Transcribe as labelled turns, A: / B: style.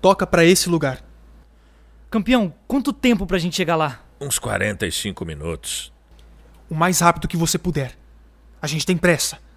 A: toca pra esse lugar.
B: Campeão, quanto tempo pra gente chegar lá?
C: Uns 45 minutos.
A: O mais rápido que você puder. A gente tem pressa.